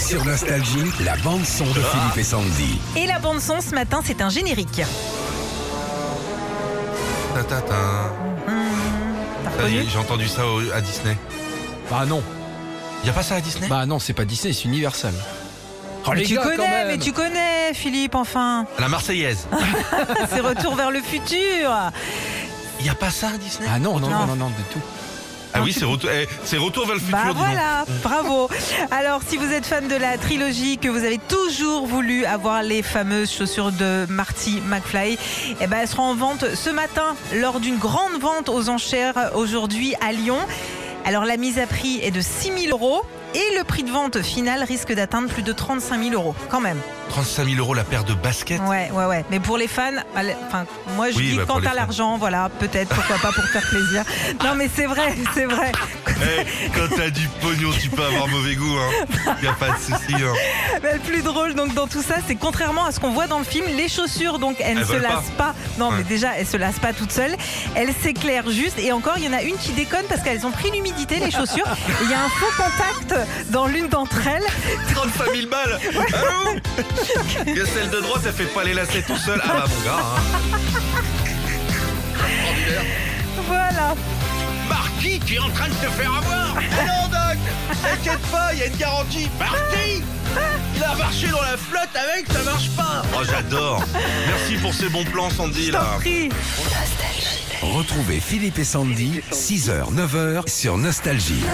Sur Nostalgie, la bande-son de Ah. Philippe et Sandy. Et la bande son ce matin, c'est un générique. Ta, ta, ta. Mmh. Ça y T'as est, reconnu J'ai entendu ça au- à Disney. Bah non, Y a pas ça à Disney bah non, c'est pas Disney, c'est Universal. Oh, Mais les tu gars, quand connais, même. mais tu connais, Philippe, enfin. La Marseillaise. Ah. c'est Retour vers le futur. Y a pas ça à Disney Ah non, non, Non. non, non, non, du tout. Ah oui, c'est retour, eh, c'est retour vers le futur. Bah dis donc. voilà, bravo. Alors, si vous êtes fan de la trilogie, que vous avez toujours voulu avoir les fameuses chaussures de Marty McFly, eh ben, elles seront en vente ce matin lors d'une grande vente aux enchères aujourd'hui à Lyon. Alors, la mise à prix est de 6 000 euros et le prix de vente final risque d'atteindre plus de 35 000 euros quand même. 35 000 euros la paire de baskets. Ouais, ouais, ouais. Mais pour les fans, allez, enfin, moi je Oui, dis bah, quand pour les t'as fans. l'argent, voilà, peut-être, pourquoi pas pour faire plaisir. Non, mais c'est vrai, c'est vrai. Eh, quand t'as du pognon, tu peux avoir mauvais goût. Hein. Y a pas de souci. hein. Mais le plus drôle donc dans tout ça, c'est contrairement à ce qu'on voit dans le film, les chaussures donc elles, ne Elles se veulent lassent pas. Non, mais Ouais. déjà elles se lassent pas toutes seules. Elles s'éclairent juste. Et encore, il y en a une qui déconne parce qu'elles ont pris l'humidité les chaussures. Et Il y a un faux contact dans l'une d'entre elles. 35 000 balles. Allô Que celle de droite, elle fait pas les lacets tout seul. Ah bah mon gars. hein. Voilà. Marty, tu es en train de te faire avoir Non Doc, t'inquiète Ah, pas, y a une garantie. Marty Il a marché dans la flotte avec, ça marche pas Oh j'adore. Merci pour ces bons plans, Sandy Je t'en là. prie. Retrouvez Philippe et Sandy, 6h, 9h sur Nostalgie.